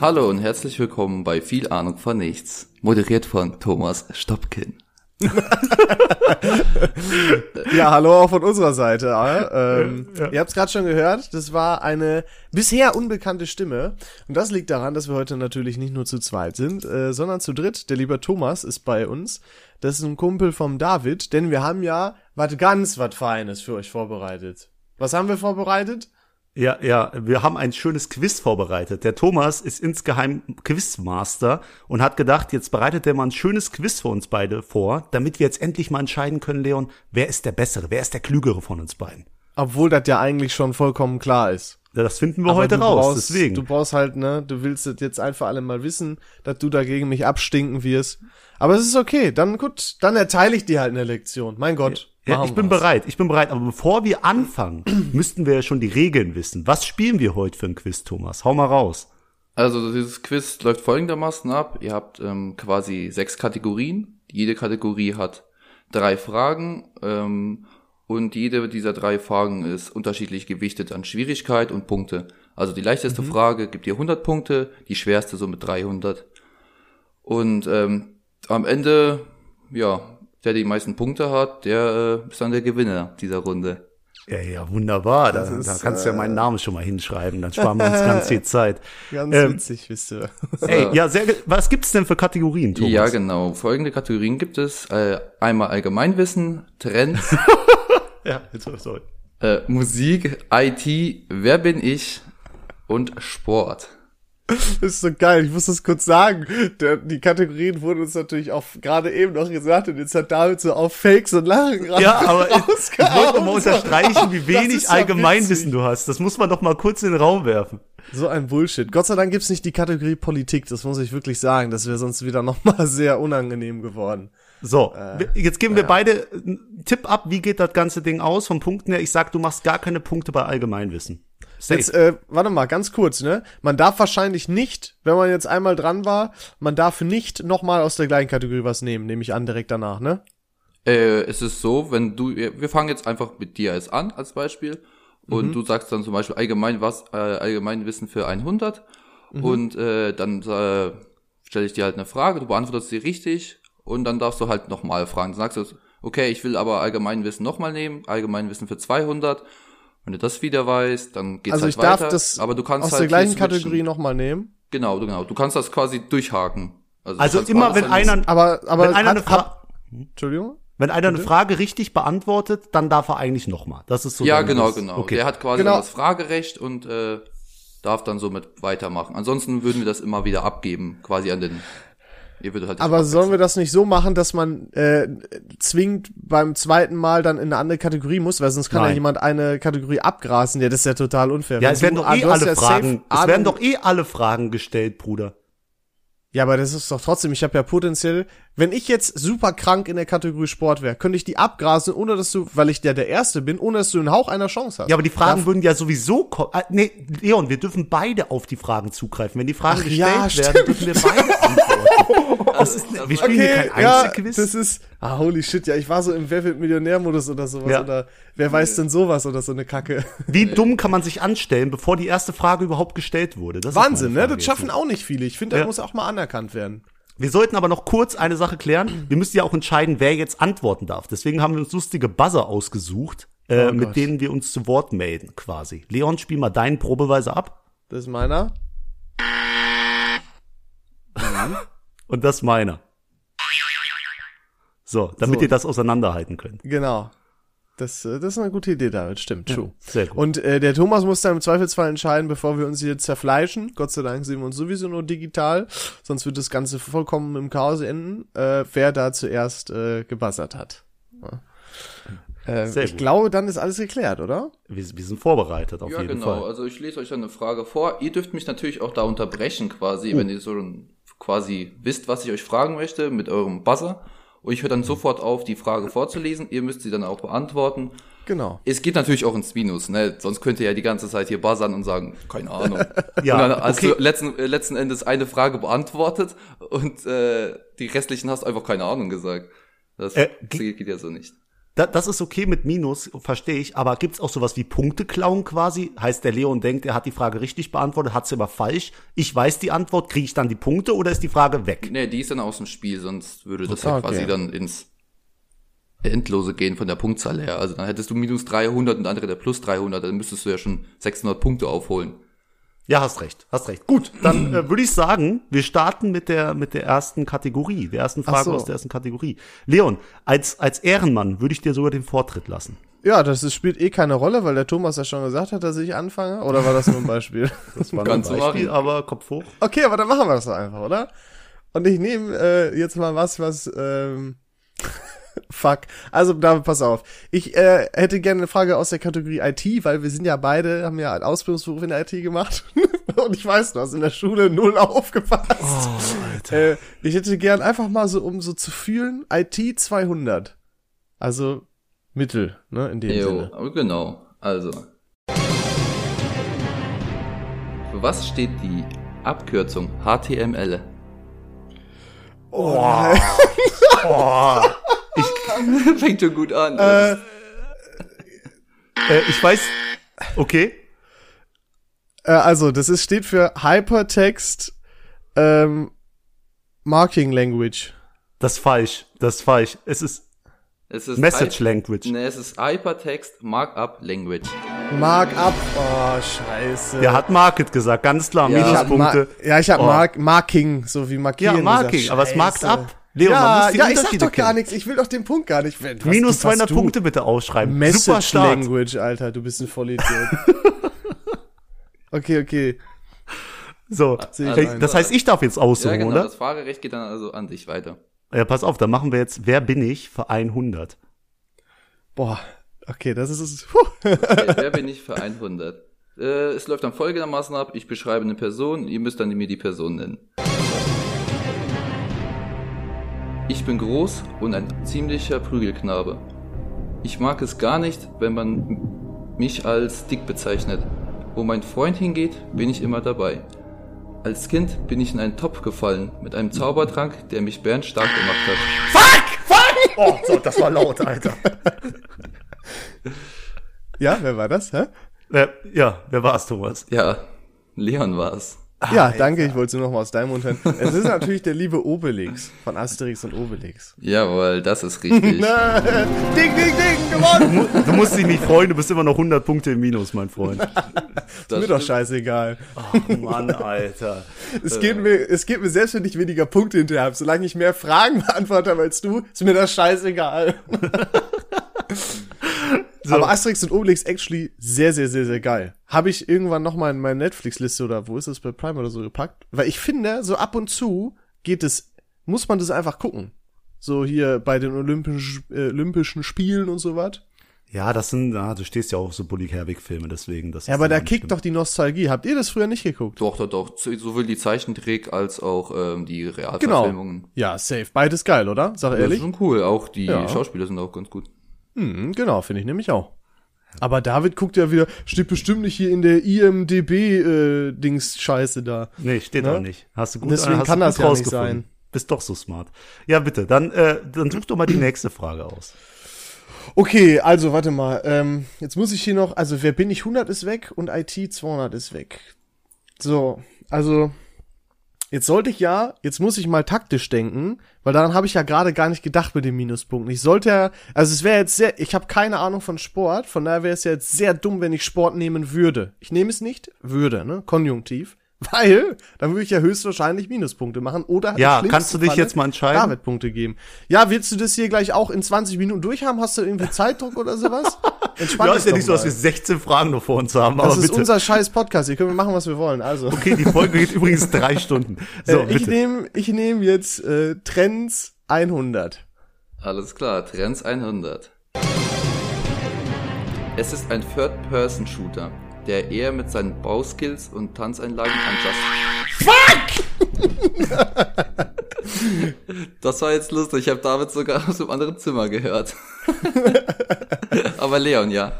Hallo und herzlich willkommen bei Viel Ahnung von Nichts, moderiert von Thomas Stopkin. Ja, hallo auch von unserer Seite. äh, Ähm, Ihr habt es gerade schon gehört, das war eine bisher unbekannte Stimme. Und das liegt daran, dass wir heute natürlich nicht nur zu zweit sind, äh, sondern zu dritt. Der liebe Thomas ist bei uns. Das ist ein Kumpel vom David, denn wir haben ja was ganz was Feines für euch vorbereitet. Was haben wir vorbereitet? Ja, ja, wir haben ein schönes Quiz vorbereitet. Der Thomas ist insgeheim Quizmaster und hat gedacht, jetzt bereitet er mal ein schönes Quiz für uns beide vor, damit wir jetzt endlich mal entscheiden können, Leon, wer ist der Bessere, wer ist der Klügere von uns beiden. Obwohl das ja eigentlich schon vollkommen klar ist. Ja, Das finden wir Aber heute du raus, brauchst, deswegen. Du brauchst halt, ne, du willst das jetzt einfach alle mal wissen, dass du dagegen mich abstinken wirst. Aber es ist okay, dann gut, dann erteile ich dir halt eine Lektion. Mein Gott. ja, machen ich bin wir's. bereit, ich bin bereit. Aber bevor wir anfangen, müssten wir ja schon die Regeln wissen. Was spielen wir heute für ein Quiz, Thomas? Hau mal raus. Also dieses Quiz läuft folgendermaßen ab. Ihr habt ähm, quasi sechs Kategorien. Jede Kategorie hat drei Fragen ähm, und jede dieser drei Fragen ist unterschiedlich gewichtet an Schwierigkeit und Punkte. Also die leichteste Frage gibt dir 100 Punkte, die schwerste somit 300. Und ähm, am Ende, ja, der die meisten Punkte hat, der äh, ist dann der Gewinner dieser Runde. Ja, ja, wunderbar. Da, ist, äh, da kannst du ja meinen Namen schon mal hinschreiben, dann sparen wir uns ganz viel Zeit. Ganz Ähm, witzig, wisst ihr. Äh. Ey, Äh, ja, sehr, ge- was gibt's denn für Kategorien, Thomas? Äh, Ja, genau. Folgende Kategorien gibt es. Äh, einmal Allgemeinwissen, Trends, Ja, jetzt war sorry. Äh, Musik, IT, wer bin ich und Sport. Das ist so geil, ich muss das kurz sagen. Der, die Kategorien wurden uns natürlich auch gerade eben noch gesagt und jetzt hat David so auf Fakes und Lachen gerade Ja, aber ich, ich wollte mal rausgehauen. unterstreichen, Das wie ist wenig ja Allgemeinwissen du hast. Das muss man doch mal kurz in den Raum werfen. So ein Bullshit. Gott sei Dank gibt's nicht die Kategorie Politik, das muss ich wirklich sagen. Das wäre sonst wieder nochmal sehr unangenehm geworden. So, Äh, wir- jetzt geben wir beide einen Tipp ab, wie geht das ganze Ding aus vom Punkten her. Ich sag, du machst gar keine Punkte bei Allgemeinwissen. Safe. Jetzt, äh, warte mal, ganz kurz, ne? Man darf wahrscheinlich nicht, wenn man jetzt einmal dran war, man darf nicht nochmal aus der gleichen Kategorie was nehmen, nehme ich an, direkt danach, ne? Äh, es ist so, wenn du, wir fangen jetzt einfach mit dir jetzt an als Beispiel und Mhm. du sagst dann zum Beispiel allgemein was, äh, allgemein Wissen für 100 Mhm. und äh, dann äh, stelle ich dir halt eine Frage, du beantwortest sie richtig und dann darfst du halt nochmal fragen. Du sagst jetzt, okay, ich will aber allgemein Wissen nochmal nehmen, allgemein Wissen für 200. Wenn du das wieder weißt, dann geht's also halt ich darf weiter. das aber du kannst aus halt hier der gleichen switchen. Kategorie nochmal nehmen. Genau, genau. Du kannst das quasi durchhaken. du also kannst immer, alles wenn dann wissen. einer, Aber, aber wenn einer, eine, hat, hab, Fra Entschuldigung? wenn einer eine Frage richtig beantwortet, dann darf er eigentlich nochmal. Das ist so. Ja, deine genau, Lust. genau. Okay. Der hat quasi Genau. dann das Fragerecht und äh, darf dann somit weitermachen. Ansonsten würden wir das immer wieder abgeben, quasi an den. Ihr würdet halt Aber sollen wir das nicht so machen, dass man äh, zwingend beim zweiten Mal dann in eine andere Kategorie muss, weil sonst kann ja Nein. jemand eine Kategorie abgrasen. Ja, das ist ja total unfair. ja, Wenn es werden du- doch eh du hast alle ja safe Fragen, es Ahnung- werden doch eh alle Fragen gestellt, Bruder. Ja, aber das ist doch trotzdem, ich habe ja potenziell, wenn ich jetzt super krank in der Kategorie Sport wäre, könnte ich die abgrasen, ohne dass du, weil ich der der Erste bin, ohne dass du einen Hauch einer Chance hast. Ja, aber die Fragen würden ja sowieso kommen. Ah, nee, Leon, wir dürfen beide auf die Fragen zugreifen. Wenn die Fragen Ach gestellt ja, werden, dürfen wir beide antworten. Das ist, wir spielen hier kein ja, Einzelquiz. das ist, ah, holy shit, ja, ich war so im Wer wird Millionär-Modus oder sowas, Ja. oder wer weiß denn sowas oder so eine Kacke. Wie dumm kann man sich anstellen, bevor die erste Frage überhaupt gestellt wurde? Das ist Wahnsinn, meine ne? Frage Das schaffen auch nicht viele. Ich finde, das Ja. muss auch mal anerkannt werden. jetzt. Wir sollten aber noch kurz eine Sache klären. Wir müssen ja auch entscheiden, wer jetzt antworten darf. Deswegen haben wir uns lustige Buzzer ausgesucht, äh, Oh Gott. mit denen wir uns zu Wort melden, quasi. Leon, spiel mal deinen Probeweise ab Das ist meiner. und das meiner. So, damit So. ihr das auseinanderhalten könnt. Genau. Das, äh, das ist eine gute Idee, David. Stimmt, true. sehr gut. Und äh, der Thomas muss dann im Zweifelsfall entscheiden, bevor wir uns hier zerfleischen. Gott sei Dank sehen wir uns sowieso nur digital, sonst wird das Ganze vollkommen im Chaos enden, äh, wer da zuerst äh, gebassert hat. Ja. Äh, Sehr ich gut. glaube, dann ist alles geklärt, oder? Wir, wir sind vorbereitet auf Ja, jeden genau. Fall. Also ich lese euch dann eine Frage vor. Ihr dürft mich natürlich auch da unterbrechen, quasi, Oh. wenn ihr so ein, quasi wisst, was ich euch fragen möchte, mit eurem Buzzer. Und ich höre Mhm. dann sofort auf, die Frage vorzulesen. Ihr müsst sie dann auch beantworten. Genau. Es geht natürlich auch ins Minus, ne? Sonst könnt ihr ja die ganze Zeit hier buzzern und sagen, keine Ahnung. Ja, und dann hast okay. du letzten, äh, letzten Endes eine Frage beantwortet und äh, die restlichen hast einfach keine Ahnung gesagt. Das Äh, ge- geht geht ja so nicht. Da, das ist okay mit Minus, verstehe ich, aber gibt's auch sowas wie Punkte klauen quasi? Heißt, der Leon denkt, er hat die Frage richtig beantwortet, hat sie aber falsch. Ich weiß die Antwort, kriege ich dann die Punkte oder ist die Frage weg? Nee, Ne, die ist dann aus dem Spiel, sonst würde das ja quasi dann ins Endlose gehen von der Punktzahl her. Also dann hättest du minus 300 und der andere der plus 300, dann müsstest du ja schon 600 Punkte aufholen. Ja, hast recht, hast recht. Gut, dann äh, würde ich sagen, wir starten mit der mit der ersten Kategorie, der ersten Frage Ach so. aus der ersten Kategorie. Leon, als als Ehrenmann würde ich dir sogar den Vortritt lassen. Ja, das ist, spielt eh keine Rolle, weil der Thomas ja schon gesagt hat, dass ich anfange. Oder war das nur ein Beispiel? Das war Kannst ein du Beispiel, machen. aber Kopf hoch. Okay, aber dann machen wir das doch einfach, oder? Und ich nehme äh, jetzt mal was, was. Ähm, fuck. Also, David, pass auf. Ich äh, hätte gerne eine Frage aus der Kategorie IT, weil wir sind ja beide, haben ja einen Ausbildungsberuf in der IT gemacht. Und ich weiß, du hast in der Schule null aufgepasst. Oh, Alter. äh, ich hätte gern einfach mal so, um so zu fühlen, IT 200. Also Mittel, ne, in dem Jo, Sinne. genau. Also. Für was steht die Abkürzung HTML? Oh, oh. Fängt schon gut an. Äh, ich weiß. Okay. Äh, also, das ist, steht für Hypertext ähm, Marking Language. Das ist falsch. Das ist falsch. Es ist es ist Message Hy- Language. Nee, es ist Hypertext Markup Language. Markup. Oh, scheiße. Der hat Market gesagt, ganz klar. Ja. ich hab Minuspunkte. Ma- ja, ich habe Oh. Mark Marking, so wie markieren. Ja, Marking, dieser aber es Scheiße. markt ab. Leon, man ja, muss die ja, ich sag Unterschiede doch gar kennen. nichts. Ich will doch den Punkt gar nicht. Was- Minus was 200 du? Punkte bitte ausschreiben. Super Message Start. Language, Alter, du bist ein Vollidiot. okay, okay. So, Sehe ich Hey, ein. das heißt, ich darf jetzt Ja, aussuchen, genau. oder? Das Fahrerrecht geht dann also an dich weiter. Ja, pass auf, dann machen wir jetzt Wer bin ich für 100. Boah, okay, das ist es. Puh. Okay, wer bin ich für 100? Äh, es läuft dann folgendermaßen ab. Ich beschreibe eine Person, ihr müsst dann mir die Person nennen. Ich bin groß und ein ziemlicher Prügelknabe. Ich mag es gar nicht, wenn man mich als dick bezeichnet. Wo mein Freund hingeht, bin ich immer dabei. Als Kind bin ich in einen Topf gefallen mit einem Zaubertrank, der mich bärenstark gemacht hat. Oh, so, das war laut, Alter. Ja, wer war das? Hä? äh, ja, wer war's, Thomas? Ja, Leon war's. Ja, danke, ich wollte es nur noch mal aus deinem Mund hören. Es ist natürlich der liebe Obelix von Asterix und Obelix. Jawohl, das ist richtig. Ding, ding, ding, gewonnen! Du musst dich nicht freuen, du bist immer noch 100 Punkte im Minus, mein Freund. Das mir doch stimmt. scheißegal. Ach, Mann, Alter. Es geht, mir, es geht mir selbst, wenn ich weniger Punkte hinterher habe. Solange ich mehr Fragen beantwortet habe als du, ist mir das scheißegal. Aber Asterix und Obelix actually sehr, sehr, sehr, sehr geil. Habe ich irgendwann noch mal in meine Netflix-Liste oder wo ist es bei Prime oder so gepackt? Weil ich finde, so ab und zu geht es, muss man das einfach gucken. So hier bei den Olympisch, äh, Olympischen Spielen und so was. Ja, das sind, ah, du stehst ja auch auf so Bully Herbig-Filme, deswegen. Das Ja, ist aber da dann- kickt doch die Nostalgie. Habt ihr das früher nicht geguckt? Doch, doch, doch. Z- Sowohl die Zeichentrick als auch ähm, die Genau. Realverfilmungen. Ja, safe. Beides geil, oder? Sag Das ist ehrlich. schon cool. Auch die Ja. Schauspieler sind auch ganz gut. Hm, genau, finde ich nämlich auch. Aber David guckt ja wieder, steht bestimmt nicht hier in der IMDB-Dings-Scheiße äh, da. Nee, steht Ne? auch nicht. Hast du gut, Deswegen hast kann du das gut ja nicht rausgefunden. sein. Bist doch so smart. Ja, bitte, dann, äh, dann such doch mal die nächste Frage aus. Okay, also warte mal. Ähm, jetzt muss ich hier noch, also wer bin ich 100 ist weg und IT 200 ist weg. So, also jetzt sollte ich ja, jetzt muss ich mal taktisch denken, weil daran habe ich ja gerade gar nicht gedacht mit den Minuspunkten. Ich sollte ja, also es wäre jetzt sehr, ich habe keine Ahnung von Sport, von daher wäre es ja jetzt sehr dumm, wenn ich Sport nehmen würde. Ich nehme es nicht, würde, ne, konjunktiv. Weil, dann würde ich ja höchstwahrscheinlich Minuspunkte machen oder im Ja, schlimmsten kannst du dich Falle jetzt mal entscheiden? David Punkte geben. Ja, willst du das hier gleich auch in 20 Minuten durchhaben? Hast du irgendwie Zeitdruck oder sowas? Entspann ja, dich ist ja doch nicht so, dass mal. wir 16 Fragen noch vor uns haben, Das aber ist bitte. unser scheiß Podcast. Hier können wir machen, was wir wollen. Also, Okay, die Folge geht übrigens drei Stunden. So, äh, ich bitte. nehme ich nehm jetzt äh, Trends 100. Alles klar, Trends 100. Es ist ein Third-Person-Shooter, der eher mit seinen Bauskills und Tanzeinlagen an Just... Fuck! das war jetzt lustig. Ich habe David sogar aus dem anderen Zimmer gehört. Aber Leon, ja.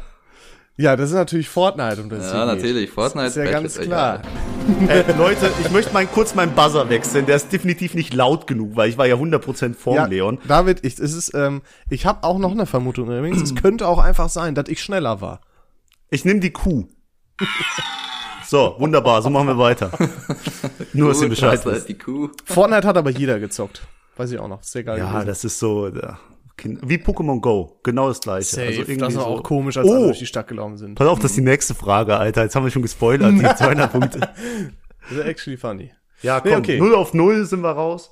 Ja, das ist natürlich Fortnite, um das es hier Ja, geht. natürlich. Fortnite. Ist ja Battle ganz Royale. klar. Äh, Leute, ich möchte mal kurz meinen Buzzer wechseln. Der ist definitiv nicht laut genug, weil ich war ja 100% vorm Ja, Leon. David, ich, es ist, ähm, ich habe auch noch eine Vermutung übrigens. es könnte auch einfach sein, dass ich schneller war. Ich nehme die Kuh. So, wunderbar, so machen wir weiter. Nur, dass ihr Gut, Bescheid hast du wisst. halt die Kuh. Fortnite hat aber jeder gezockt. Weiß ich auch noch. Also, Sehr geil. Ja, gewesen. das ist so ja, Kind- wie Pokémon Go, genau das gleiche. Safe. also irgendwie das so. war auch komisch, als alle oh, durch die Stadt gelaufen sind. pass auf, das ist die nächste Frage, Alter. Jetzt haben wir schon gespoilert, die 200 Punkte. Das ist actually funny. Ja, Nee, komm, okay. null auf null sind wir raus.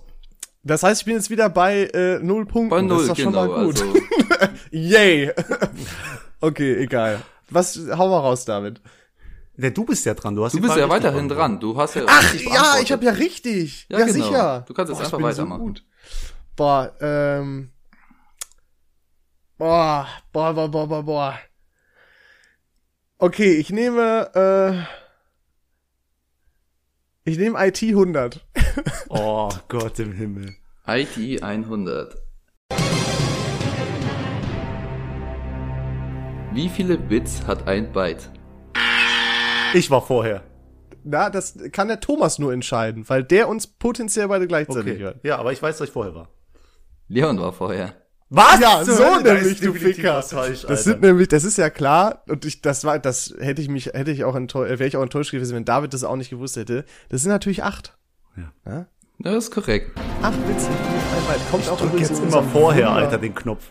Das heißt, ich bin jetzt wieder bei äh, null Punkten. Bei null, das ist doch genau. schon mal gut. Also, Yay! okay, egal. Was hau mal raus damit? Ja, du bist ja dran, du hast du die bist ja Frage richtig weiterhin beantwortet. dran. Du hast ja. Ach, richtig ja, ich beantwortet. habe ja richtig. Ja, Ja, genau. sicher. Du kannst jetzt Boah, ich einfach bin so weitermachen. gut. Boah, ähm. Boah, boah, boah, boah, boah, boah. Okay, ich nehme, äh. Ich nehme IT 100. Oh Gott im Himmel. IT 100. Wie viele Bits hat ein Byte? Ich war vorher. Na, das kann der Thomas nur entscheiden, weil der uns potenziell beide gleichzeitig Okay. hört. Ja, aber ich weiß, dass ich vorher war. Leon war vorher. Was? Ja, zur so Hölle? Da nämlich, ist du definitiv Ficker. was Falsch, Das sind nämlich, das ist ja klar, und ich, das war, das hätte ich mich, hätte ich auch enttäuscht, wäre ich auch enttäuscht gewesen, wenn David das auch nicht gewusst hätte. Das sind natürlich acht. Das ist korrekt. Acht Witze. Einmal. Kommt auch drück übrigens jetzt in immer unserem vorher, Wunder- Alter, den Knopf.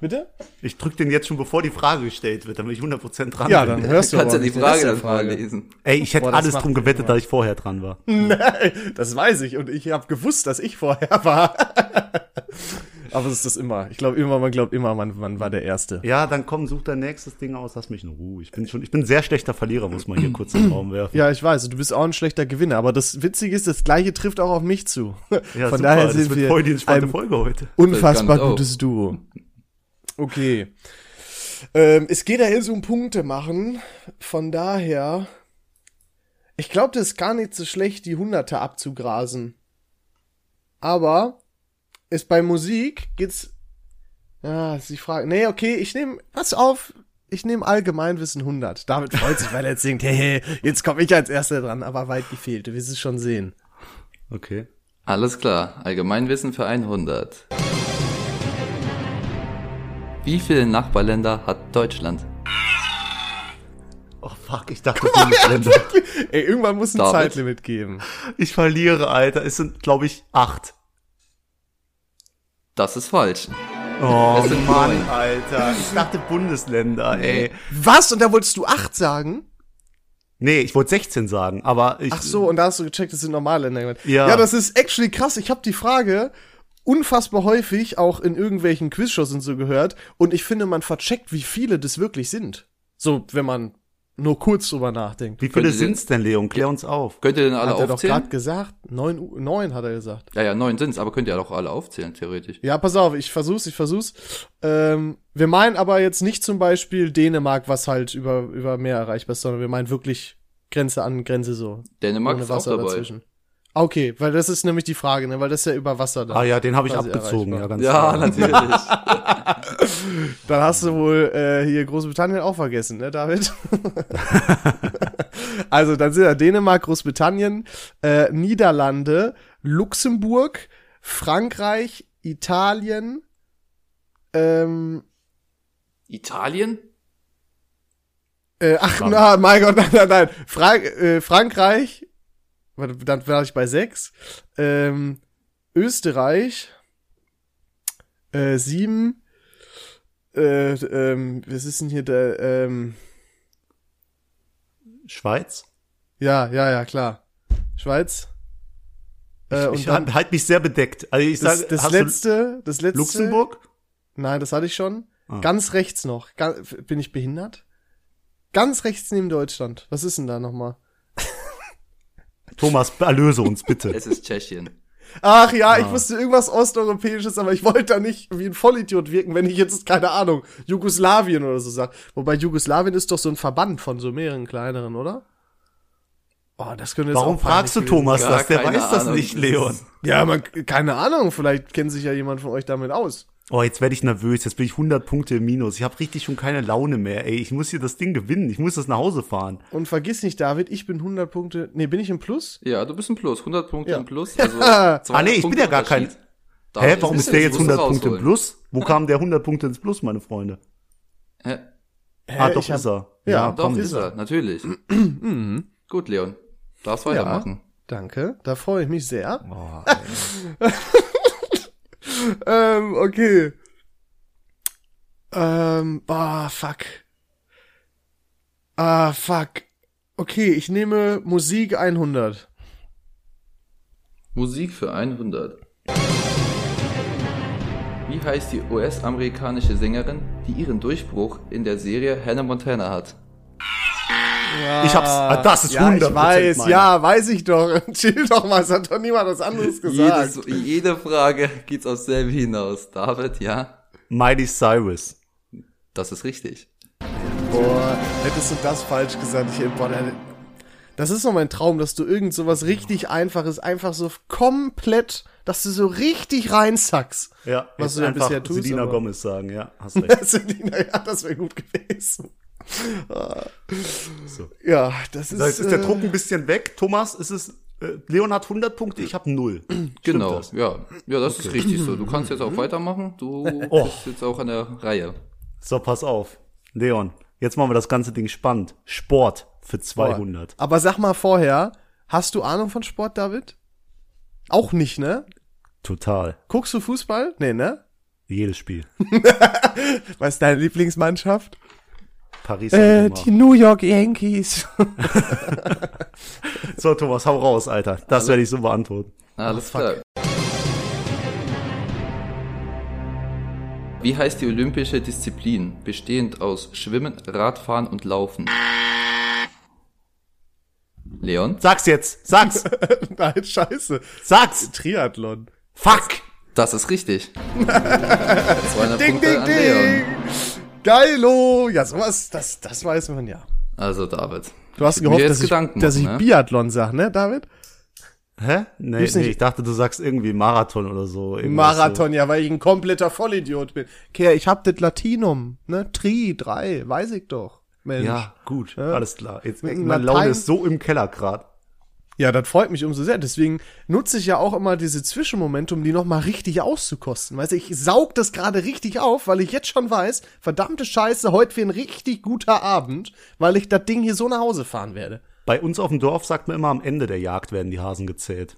Bitte? Ich drück den jetzt schon, bevor die Frage gestellt wird, damit ich 100% dran Ja, bin. dann hörst Du du kannst ja die aber nicht den Frage Rest der dann mal lesen. Ey, ich hätte Boah, das alles macht drum mich gewettet, immer. dass ich vorher dran war. Nein, das weiß ich und ich habe gewusst, dass ich vorher war. Aber es ist das immer. Ich glaube immer, man glaubt immer, man, man war der Erste. Ja, dann komm, such dein nächstes Ding aus, lass mich in Ruhe. Ich bin schon, ich bin ein sehr schlechter Verlierer, muss man hier kurz in den Raum werfen. Ja, ich weiß, du bist auch ein schlechter Gewinner, aber das Witzige ist, das Gleiche trifft auch auf mich zu. Ja, Von super, daher das sind wird voll die wir entspannte ein Folge heute. unfassbar Das kann ich auch. gutes Duo. Okay. Ähm, es geht ja jetzt um Punkte machen. Von daher, ich glaube, das ist gar nicht so schlecht, die Hunderte abzugrasen. Aber ist bei Musik geht's. Ja, ist die Frage. Nee, okay, ich nehme. Pass auf, ich nehme Allgemeinwissen 100. Damit freut sich, weil er jetzt singt, hey, hey, jetzt komme ich als Erster dran, aber weit gefehlt. Du wirst es schon sehen. Okay. Alles klar. Allgemeinwissen für 100. Wie viele Nachbarländer hat Deutschland? Oh fuck, ich dachte, Bundesländer. Ey, irgendwann muss ein David? Zeitlimit geben. ich verliere, Alter. Es sind, glaube ich, acht. Das ist falsch. Oh Es sind Mann, neun. Alter. Ich dachte Bundesländer, ey. Was? Und da wolltest du 8 sagen? Nee, ich wollte 16 sagen, aber ich. Ach so, und da hast du gecheckt, das sind normale Länder. Ja. ja, das ist actually krass. Ich habe die Frage unfassbar häufig auch in irgendwelchen Quizshows und so gehört. Und ich finde, man vercheckt, wie viele das wirklich sind. So, wenn man nur kurz drüber nachdenkt. Wie viele Könnte den- sind's denn, Leon? Klär uns auf. Könnt ihr denn alle Hat er doch gerade aufzählen? gesagt? Neun, U- neun hat er gesagt. Ja, ja, neun sind's, aber könnt ihr doch alle aufzählen, theoretisch. Ja, pass auf, ich versuch's, ich versuch's. Ähm, wir meinen aber jetzt nicht zum Beispiel Dänemark, was halt über, über Meer erreichbar ist, sondern wir meinen wirklich Grenze an Grenze so. Dänemark ist auch dabei. Ah, Okay, weil das ist nämlich die Frage, ne? weil das ist ja über Wasser da. Ah ja, den habe ich quasi abgezogen, erreichbar. ja, ganz Ja, klar. natürlich. Dann hast du wohl äh, hier Großbritannien auch vergessen, ne, David? also, dann sind da Dänemark, Großbritannien, äh, Niederlande, Luxemburg, Frankreich, Italien, ähm, Italien? Äh, ach, Frank- na, mein Gott, nein, nein, nein. Fra äh, Frankreich, warte, dann war ich bei sechs. Ähm, Österreich, äh, sieben. Äh, ähm, was ist denn hier der? Ähm, Schweiz? ja, ja, ja, klar. Schweiz. Äh, und ich dann halte mich sehr bedeckt. Also ich das, sage, das hast letzte, das du letzte. Luxemburg? Nein, das hatte ich schon. Ah. Ganz rechts noch. Ga bin ich behindert? Ganz rechts neben Deutschland. Was ist denn da nochmal? Thomas, erlöse uns bitte. Es ist Tschechien. Ach ja, ich Ah. wusste irgendwas Osteuropäisches, aber ich wollte da nicht wie ein Vollidiot wirken, wenn ich jetzt, keine Ahnung, Jugoslawien oder so sage. Wobei Jugoslawien ist doch so ein Verband von so mehreren kleineren, oder? Oh, das könnte jetzt Warum auch fragst du peinlich gewesen Thomas Gar das? Der keine weiß das Ahnung. nicht, Leon. sein. Ja, man, keine Ahnung, vielleicht kennt sich ja jemand von euch damit aus. Oh, jetzt werde ich nervös, jetzt bin ich 100 Punkte im Minus. Ich habe richtig schon keine Laune mehr, ey. Ich muss hier das Ding gewinnen, ich muss das nach Hause fahren. Und vergiss nicht, David, ich bin 100 Punkte. Nee, bin ich im Plus? Ja, du bist ein Plus. 100 Punkte Ja. im Plus. Also Ah, nee, ich bin ja gar kein- Hä, warum ist der jetzt 100 Punkte im Plus? Wo kam der 100 Punkte ins Plus, meine Freunde? Hä? Hä, ah, doch ich hab- ist er. Ja, Doch, komm. ist er, natürlich. Mhm. Gut, Leon. Darfst weitermachen. Danke, da freue ich mich sehr. ähm, okay. Ähm, ah, fuck. Ah, fuck. Okay, ich nehme Musik 100. Musik für 100. Wie heißt die US-amerikanische Sängerin, die ihren Durchbruch in der Serie Hannah Montana hat? Ich hab's. Ah, das ist ja, 100 ich weiß, ja, weiß ich doch. Chill doch mal, es hat doch niemand was anderes gesagt. Jedes, jede Frage geht's aufs selbe hinaus. David, ja, Miley Cyrus. das ist richtig. Boah, hättest du das falsch gesagt, ich boah, da- Das ist so mein Traum, dass du irgend so was richtig einfaches einfach so komplett, dass du so richtig reinsackst. Ja, Was jetzt du ja einfach bisher tust, Selena aber- Gomez sagen, ja, hast recht. Das, sind die- ja, das wäre gut gewesen. Ah. So. Ja, das ist. So, jetzt ist der äh, Druck ein bisschen weg. Thomas, ist es, äh, Leon hat 100 Punkte, ich habe null. Genau, das? ja. Ja, das ist richtig so. Du kannst jetzt auch weitermachen. Du Oh. bist jetzt auch an der Reihe. So, pass auf. Leon, jetzt machen wir das ganze Ding spannend. Sport für 200. Aber sag mal vorher, hast du Ahnung von Sport, David? Auch nicht, ne? Total. Guckst du Fußball? Nee, ne? Jedes Spiel. Was ist deine Lieblingsmannschaft? Paris. Äh, Saint-Germain. die New York Yankees. so, Thomas, hau raus, Alter. Also- Das werde ich so beantworten. Oh, Alles klar. Wie heißt die olympische Disziplin, bestehend aus Schwimmen, Radfahren und Laufen? Leon? Sag's jetzt. Sag's. Nein, scheiße. Sag's. Triathlon. Fuck. Das ist richtig. 200 Ding, Punkte ding, an ding. Leon. Geilo. Ja, sowas, das, das weiß man ja. Also David. Du hast ich mir gehofft, jetzt dass ich, Gedanken dass ich machen, ne? Biathlon sag, ne, David? Hä? Nee, Gibt's nee, nicht- ich dachte, du sagst irgendwie Marathon oder so. Irgendwas Marathon, ja, weil ich ein kompletter Vollidiot bin. Okay, ich hab das Latinum, ne? Tri, drei, weiß ich doch. So. Mensch. Ja, gut. Alles klar. Jetzt, Mit einem meine Latein- Laune ist so im Keller grad. ja, das freut mich umso sehr. Deswegen nutze ich ja auch immer diese Zwischenmomente, um die nochmal richtig auszukosten. Weißt du, ich saug das gerade richtig auf, weil ich jetzt schon weiß, verdammte Scheiße, heute wird ein richtig guter Abend, weil ich das Ding hier so nach Hause fahren werde. Bei uns auf dem Dorf sagt man immer, am Ende der Jagd werden die Hasen gezählt.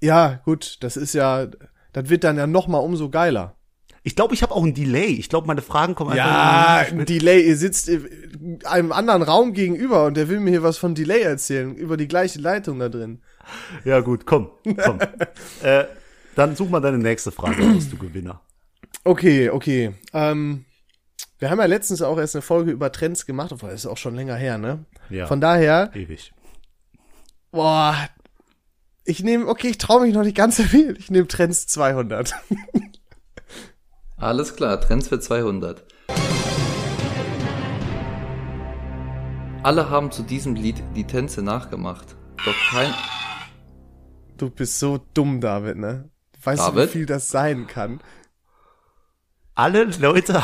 Ja, gut, das ist ja, das wird dann ja nochmal umso geiler. Ich glaube, ich habe auch ein Delay. Ich glaube, meine Fragen kommen einfach. Ja, ein Delay. Ihr sitzt äh, einem anderen Raum gegenüber und der will mir hier was von Delay erzählen. Über die gleiche Leitung da drin. Ja, gut, komm, komm. äh, dann such mal deine nächste Frage aus, du Gewinner. Okay, okay. Ähm, wir haben ja letztens auch erst eine Folge über Trends gemacht, obwohl das ist auch schon länger her, ne? Ja. Von daher, Ewig. boah, ich nehme, okay, ich traue mich noch nicht ganz so viel. Ich nehme Trends 200. Alles klar, Trends für 200. Alle haben zu diesem Lied die Tänze nachgemacht. Doch kein... Du bist so dumm, David, ne? Weißt du, wie David? viel das sein kann? Alle Leute.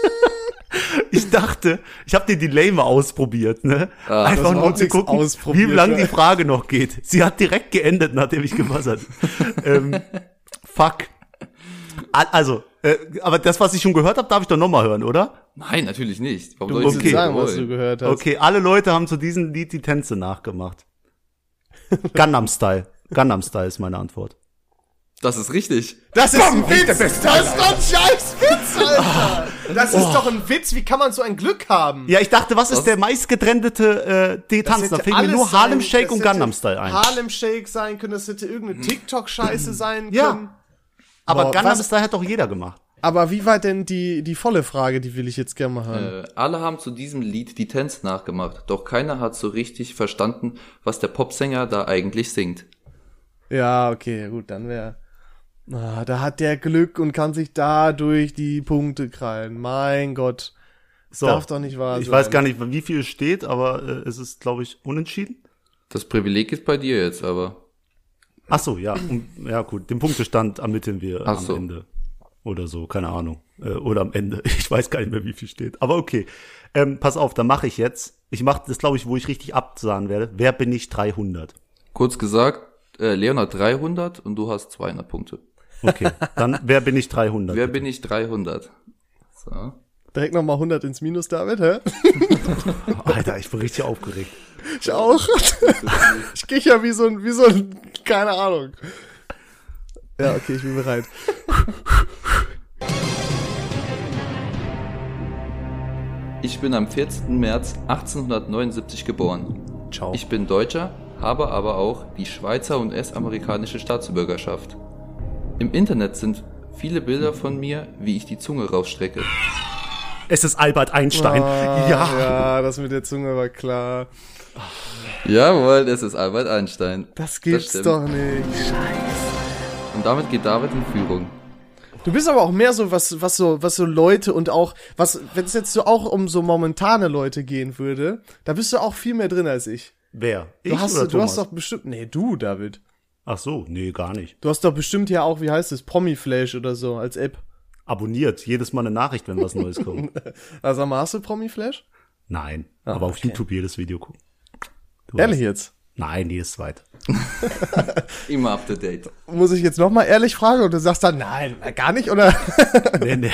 ich dachte, ich habe den Delay mal ausprobiert, ne? Ah, das einfach war nur um auch zu nix gucken, ausprobiert, ne? wie lang die ja. Frage noch geht. Sie hat direkt geendet, nachdem ich gewassert. ähm, fuck. A- Also, äh, aber das, was ich schon gehört habe, darf ich doch nochmal hören, oder? Nein, natürlich nicht. Warum soll Du ich musst Okay. das Sagen, was du wollen? gehört hast. Okay, alle Leute haben zu diesem Lied die Tänze nachgemacht. Gundam Style. Gundam Style ist meine Antwort. Das ist richtig. Das ist ein Witz! das ist doch ein scheiß Witz, Alter! Das ist doch ein Witz, wie kann man so ein Glück haben? Ah. Oh. Ja, ich dachte, was ist der meistgetrendete äh, die Das Tanz? Da hätte fällt mir alles nur Harlem sein- Shake das und hätte Gundam Style ein. Mhm. Harlem Shake sein können, das hätte irgendeine TikTok-Scheiße sein Ja. können. Aber Boah, Gundam was- Style hat doch jeder gemacht. Aber wie war denn die, die volle Frage, die will ich jetzt gerne mal hören? Äh, alle haben zu diesem Lied die Tänze nachgemacht. Doch keiner hat so richtig verstanden, was der Popsänger da eigentlich singt. Äh. Ja, okay, gut, dann wäre. Ah, da hat der Glück und kann sich dadurch die Punkte krallen. Mein Gott. So. Darf doch nicht wahr Ich sein. weiß gar nicht, wie viel es steht, aber äh, es ist, glaube ich, unentschieden. Das Privileg ist bei dir jetzt aber. um, Ach so, ja. Und, ja, gut. Den Punktestand ermitteln wir Ach am so. Ende. oder so, keine Ahnung. Äh, oder am Ende. Ich weiß gar nicht mehr, wie viel steht. Aber okay. Ähm, pass auf, dann mache ich jetzt. Ich mache das, glaube ich, wo ich richtig absahen werde. Wer bin ich 300? Kurz gesagt, äh, Leon hat 300 und du hast 200 Punkte. Okay, dann wer bin ich 300? Wer bin ich 300? So. Direkt nochmal 100 ins Minus, David, hä? Oh, Alter, ich bin richtig aufgeregt. Ich auch. ich krieg ja wie so ein, wie so ein, keine Ahnung. Ja, okay, ich bin bereit. Ich bin am 14. März 1879 geboren. Ciao. Ich bin Deutscher, habe aber auch die Schweizer und US-amerikanische Staatsbürgerschaft. Im Internet sind viele Bilder von mir, wie ich die Zunge rausstrecke. es ist Albert Einstein. Ah, ja. ja, das mit der Zunge war klar. Jawohl, das ist Albert Einstein. Das gibt's stimmt. doch nicht. Und damit geht David in Führung. Du bist aber auch mehr so was was so was so Leute und auch was wenn es jetzt so auch um so momentane Leute gehen würde, da bist du auch viel mehr drin als ich. Wer? Du hast du hast doch bestimmt nee, du David. Ach so, nee, gar nicht. Du hast doch bestimmt ja auch, wie heißt es, Promi Flash oder so als App. Abonniert jedes Mal eine Nachricht, wenn was Neues kommt. Also sag mal, hast du Promi Flash? Nein, Ah, aber auf YouTube jedes Video gucken. Du Ehrlich weißt. jetzt? Nein, jedes zweite. Immer up to date. Muss ich jetzt noch mal ehrlich fragen und du sagst dann nein, gar nicht oder Nee, nee.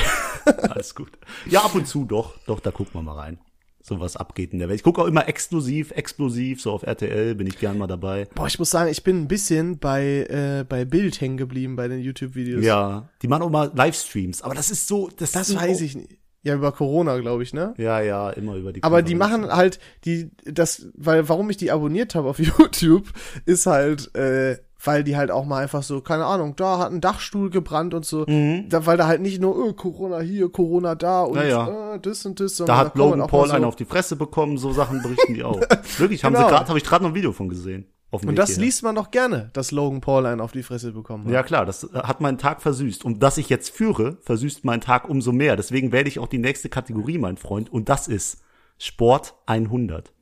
Alles gut. Ja, ab und zu doch. Doch, da guckt man mal rein. So was abgeht in der Welt. Ich gucke auch immer exklusiv, explosiv, so auf RTL bin ich gern mal dabei. Boah, ich muss sagen, ich bin ein bisschen bei äh, bei Bild hängen geblieben bei den YouTube Videos. Ja, die machen auch mal Livestreams, aber das ist so, das, Das sind weiß auch- ich nicht. Ja, über Corona, glaube ich, ne? Ja, ja, immer über die Aber die Konferenzen. machen halt die das weil warum ich die abonniert habe auf YouTube ist halt äh, weil die halt auch mal einfach so keine Ahnung, da hat ein Dachstuhl gebrannt und so, da, weil da halt nicht nur äh, Corona hier, Corona da und Mhm. Ja, ja. Äh, das und das, sondern Da hat kann man Logan auch mal Paul so- einen auf die Fresse bekommen, so Sachen berichten die auch. Wirklich, haben Genau. sie gerade, habe ich gerade noch ein Video von gesehen. Auf dem Und Weg das hierher. liest man doch gerne, dass Logan Paul einen auf die Fresse bekommen hat. ne? Ja klar, das hat meinen Tag versüßt. Und dass ich jetzt führe, versüßt meinen Tag umso mehr. Deswegen wähle ich auch die nächste Kategorie, mein Freund. Und das ist Sport 100.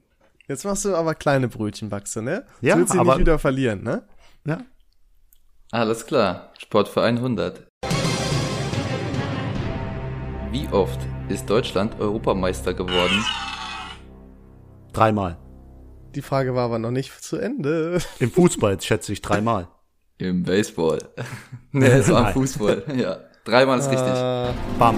Jetzt machst du aber kleine Brötchenwachse, ne? Ja, du willst sie aber- nicht wieder verlieren, ne? Ja, Alles klar, Sport für 100. Wie oft ist Deutschland Europameister geworden? dreimal. Die Frage war aber noch nicht zu Ende. Im Fußball schätze ich dreimal. Im Baseball. nee, so am Fußball, ja. Dreimal ist richtig. Äh, Bam.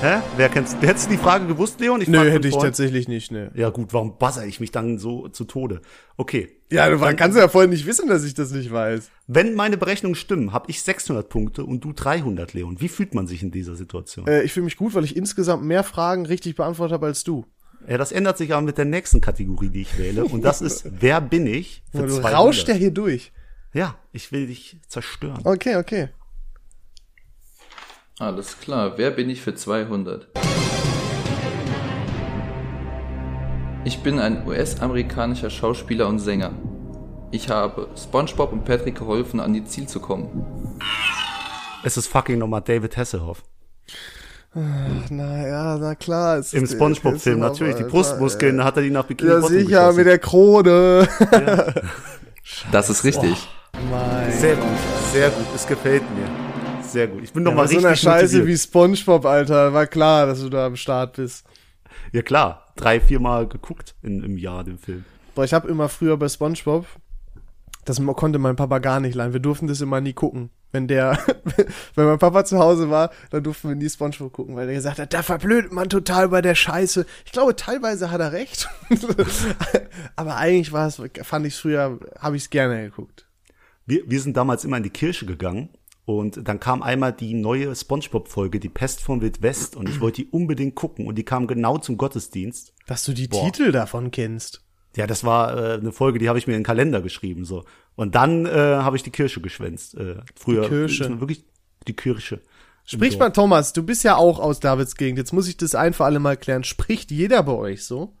Hä? Wer kennst Hättest du die Frage gewusst, Leon? Ich frag nö, von hätte ich vorn. tatsächlich nicht, ne. Ja gut, warum buzzer ich mich dann so zu Tode? Okay. Ja, du war- kannst ja vorhin nicht wissen, dass ich das nicht weiß. Wenn meine Berechnungen stimmen, habe ich 600 Punkte und du 300, Leon. Wie fühlt man sich in dieser Situation? Äh, ich fühle mich gut, weil ich insgesamt mehr Fragen richtig beantwortet habe als du. Ja, das ändert sich aber mit der nächsten Kategorie, die ich wähle. Und das ist, wer bin ich? Für Weil du 200. rauscht ja hier durch. Ja, ich will dich zerstören. Okay, okay. Alles klar, wer bin ich für 200? Ich bin ein US-amerikanischer Schauspieler und Sänger. Ich habe SpongeBob und Patrick geholfen, an die Ziel zu kommen. Es ist fucking nochmal David Hasselhoff. Ach, na ja, na klar. Es Im ist- Spongebob-Film es ist- natürlich. Die aber- Brustmuskeln hat er die nach Bikini Ja, Bottom sicher, geschossen. mit der Krone. Das ist richtig. Mein. Sehr gut, sehr gut. Es gefällt mir. Sehr gut. Ich bin nochmal Bei so richtig einer Scheiße motiviert. wie SpongeBob, Alter, war klar, dass du da am Start bist. Ja klar, drei, viermal geguckt in, im Jahr den Film. Boah, ich habe immer früher bei SpongeBob, das mo- konnte mein Papa gar nicht leiden. Wir durften das immer nie gucken. Wenn der, wenn mein Papa zu Hause war, dann durften wir nie SpongeBob gucken, weil der gesagt hat, da verblödet man total bei der Scheiße. Ich glaube, teilweise hat er recht. Aber eigentlich war es, fand ich früher, habe ich es gerne geguckt. Wir, wir sind damals immer in die Kirche gegangen und dann kam einmal die neue SpongeBob-Folge, die Pest von Wild West und ich wollte die unbedingt gucken und die kam genau zum Gottesdienst. Dass du die Titel davon kennst. Ja, das war äh, eine Folge, die habe ich mir in den Kalender geschrieben so. Und dann äh, habe ich die Kirche geschwänzt. Äh, früher Die Kirche. ist man wirklich die Kirche. Spricht mal, Thomas, du bist ja auch aus Davids Gegend. Jetzt muss ich das ein für alle mal klären. Spricht jeder bei euch so?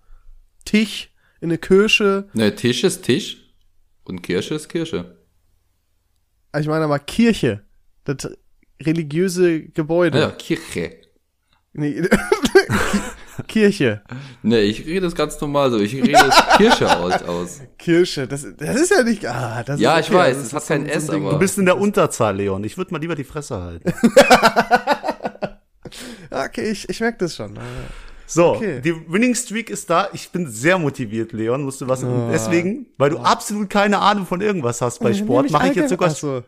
Tisch in eine Kirche? Ne, Tisch ist Tisch und Kirsche ist Kirsche. Also Ich meine aber Kirche. Das religiöse Gebäude. Ja, Kirche. Nee, Kirche. Nee, ich rede es ganz normal so. Ich rede es Kirsche aus. aus. Kirsche, das, das ist ja nicht. Ah, das Ja, ist ich weiß, das es ist hat kein S, Ding. aber- Du bist in der Unterzahl, Leon. Ich würde mal lieber die Fresse halten. Ja, Ah, Okay, ich, ich merke das schon. Ah. So, Okay. die Winning Streak ist da. Ich bin sehr motiviert, Leon. Musst du was? Ah. Deswegen, weil du absolut keine Ahnung von irgendwas hast Äh, bei Sport, mache ich jetzt sogar Ach so.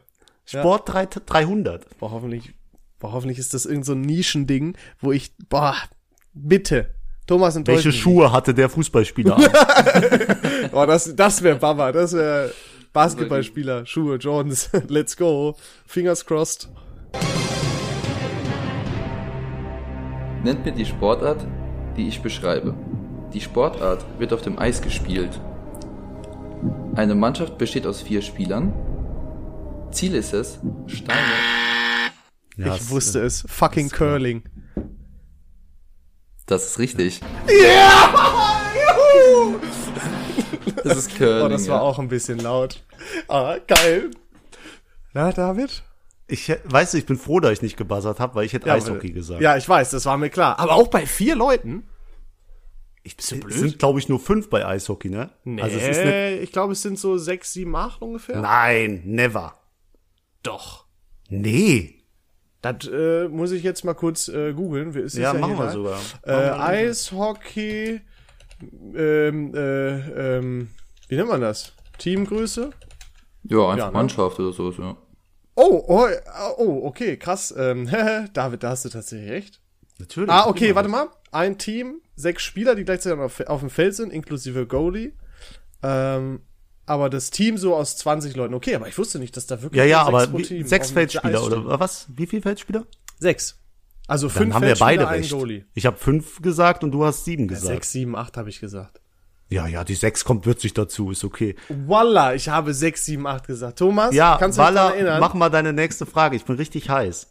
Sport drei- 300. Boah, hoffentlich, boah, hoffentlich ist das irgend so ein Nischending, wo ich. Boah, bitte. Thomas enttäuscht Welche mich Schuhe hatte der Fußballspieler? an? nicht. Boah, Oh, das, das wäre Baba. Das wäre Basketballspieler, Schuhe, Jordans. Let's go. Fingers crossed. Nennt mir die Sportart, die ich beschreibe. Die Sportart wird auf dem Eis gespielt. Eine Mannschaft besteht aus vier Spielern. Ziel ist es, Steine. Ja, ich es- wusste es. Fucking Curling. Das ist richtig. Ja! Juhu! Das ist Curling. Oh, das war ja. auch ein bisschen laut. Ah, geil. Na, David? Ich weißt du, ich bin froh, dass ich nicht gebuzzert habe, weil ich hätte Eishockey gesagt. Ja, ich weiß, das war mir klar. Aber auch bei vier Leuten? Ich bin so Es sind glaube ich nur fünf bei Eishockey, ne? Nee, Also es ist ne ich glaube, es sind so sechs, sieben, acht ungefähr. Nein, never. Doch. Nee. Das äh, muss ich jetzt mal kurz äh, googeln. Ist Ja, sicher machen wir hier sogar. Äh, Eishockey, ähm, äh, ähm, wie nennt man das? Teamgröße? Ja, einfach Ja, ne? Mannschaft oder so. Ja. Oh, oh, oh, okay, krass. Ähm, David, da hast du tatsächlich recht. Natürlich. Ah, okay, warte halt mal. Ein Team, sechs Spieler, die gleichzeitig auf, auf dem Feld sind, inklusive Goalie. Ähm, aber das Team so aus 20 Leuten. Okay, aber ich wusste nicht, dass da wirklich Ja, ja, nur aber pro wie, Team sechs auf dem Feldspieler Eis stehen. oder was? Wie viel Feldspieler? Sechs. Also Dann fünf haben wir Feldspieler, beide ein recht. Goalie. Ich habe fünf gesagt und du hast sieben gesagt. Sechs, sieben, acht habe ich gesagt. Ja, ja, die sechs kommt würzig dazu, ist okay. Walla, ich habe sechs, sieben, acht gesagt. Thomas, Ja, kannst du dich daran Walla, erinnern? mach mal deine nächste Frage. Ich bin richtig heiß.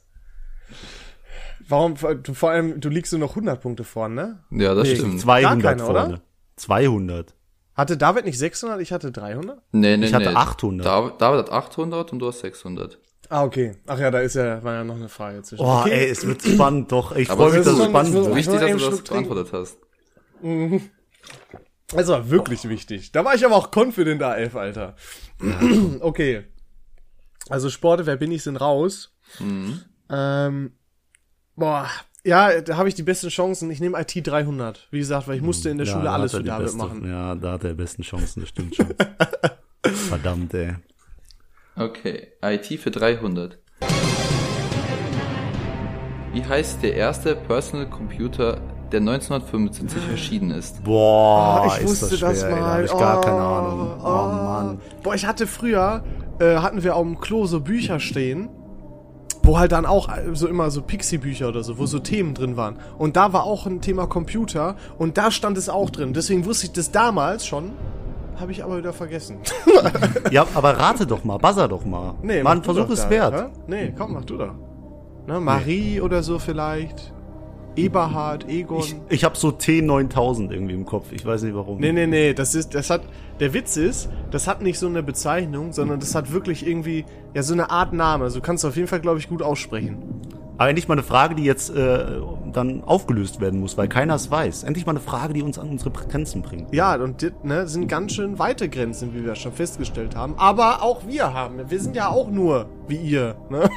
Warum, du, vor allem, du liegst nur noch 100 Punkte vorne, ne? ja, das Nee. stimmt. 200 keine, oder? vorne. 200. Hatte David nicht 600, ich hatte 300? Nee, nee, Ich hatte nee. 800. David, David hat 800 und du hast 600. Ah, okay. Ach ja, da ist ja, war ja noch eine Frage zwischen. Oh, okay. ey, es wird spannend, doch. Ich Aber freue das mich, dass ist es schon- spannend das ist- wird. Wichtig, mal dass eben du das Schluck trinken. beantwortet hast. Das war Oh. wirklich wichtig. Da war ich aber auch confident da, elf, Alter. okay. Also Sporte, wer bin ich, sind raus. Mhm. Ähm, boah. Ja, da habe ich die besten Chancen. Ich nehme IT 300. Wie gesagt, weil ich musste in der Mhm. Ja, Schule da hat alles er für die David beste, machen. Ja, da hat er die besten Chancen, das stimmt schon. Verdammt, ey. Okay, IT für 300. Wie heißt der erste Personal Computer, der Ah. 1975 erschienen ist? Ah, Boah, Oh, ich Ah, ist wusste das schwer, das, ey. Da mal. hab ich gar oh, keine Ahnung. Oh, Mann. Boah, ich hatte früher, äh, hatten wir auf dem Klo so Bücher stehen, wo halt dann auch so immer so Pixie-Bücher oder so, wo so Themen drin waren. Und da war auch ein Thema Computer und da stand es auch drin. Deswegen wusste ich das damals schon, habe ich aber wieder vergessen. Ja, aber rate doch mal, buzzer doch mal. Nee, Mann, mach du Versuch doch ist da, wert. hä? Nee, komm, mach du doch. Ne, Marie oder so vielleicht. Eberhard, Egon. Ich, ich habe so T9000 irgendwie im Kopf. Ich weiß nicht warum. Nee, nee, nee, das ist, das hat, der Witz ist, das hat nicht so eine Bezeichnung, sondern das hat wirklich irgendwie, ja, so eine Art Name. Also du kannst auf jeden Fall, glaube ich, gut aussprechen. Aber endlich mal eine Frage, die jetzt äh, dann aufgelöst werden muss, weil keiner es weiß. Endlich mal eine Frage, die uns an unsere Grenzen bringt. Ja, und das, ne, sind ganz schön weite Grenzen, wie wir schon festgestellt haben. Aber auch wir haben, wir sind ja auch nur wie ihr, ne?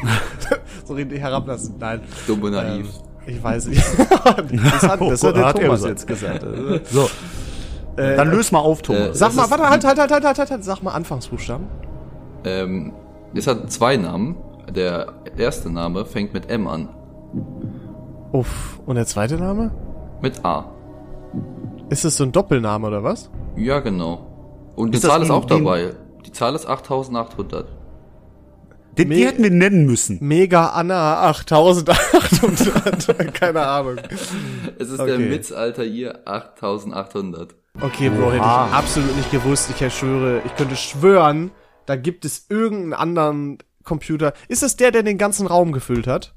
so richtig herablassen, nein. Ähm, Dumm und naiv. Ich weiß nicht. Das hat, das Oh, hat der hat er Thomas gesagt. jetzt gesagt. So, Äh, dann löst mal auf, Thomas. sag mal, warte, halt, halt, halt, halt, halt, halt, halt, sag mal Anfangsbuchstaben. Ähm, es hat zwei Namen. Der erste Name fängt mit M an. Uff, und der zweite Name? Mit A. Ist das so ein Doppelname oder was? Ja, genau. Und die Ist das Zahl ist auch ein- ein- dabei. Die Zahl ist 8800. Den, die hätten wir nennen müssen. Mega Anna 8800. Keine Ahnung. Es ist der Okay. Mittelalter hier 8800. Okay, Bro, hätte ich Oha. absolut nicht gewusst. Ich schwöre, ich könnte schwören, da gibt es irgendeinen anderen Computer. Ist das der, der den ganzen Raum gefüllt hat?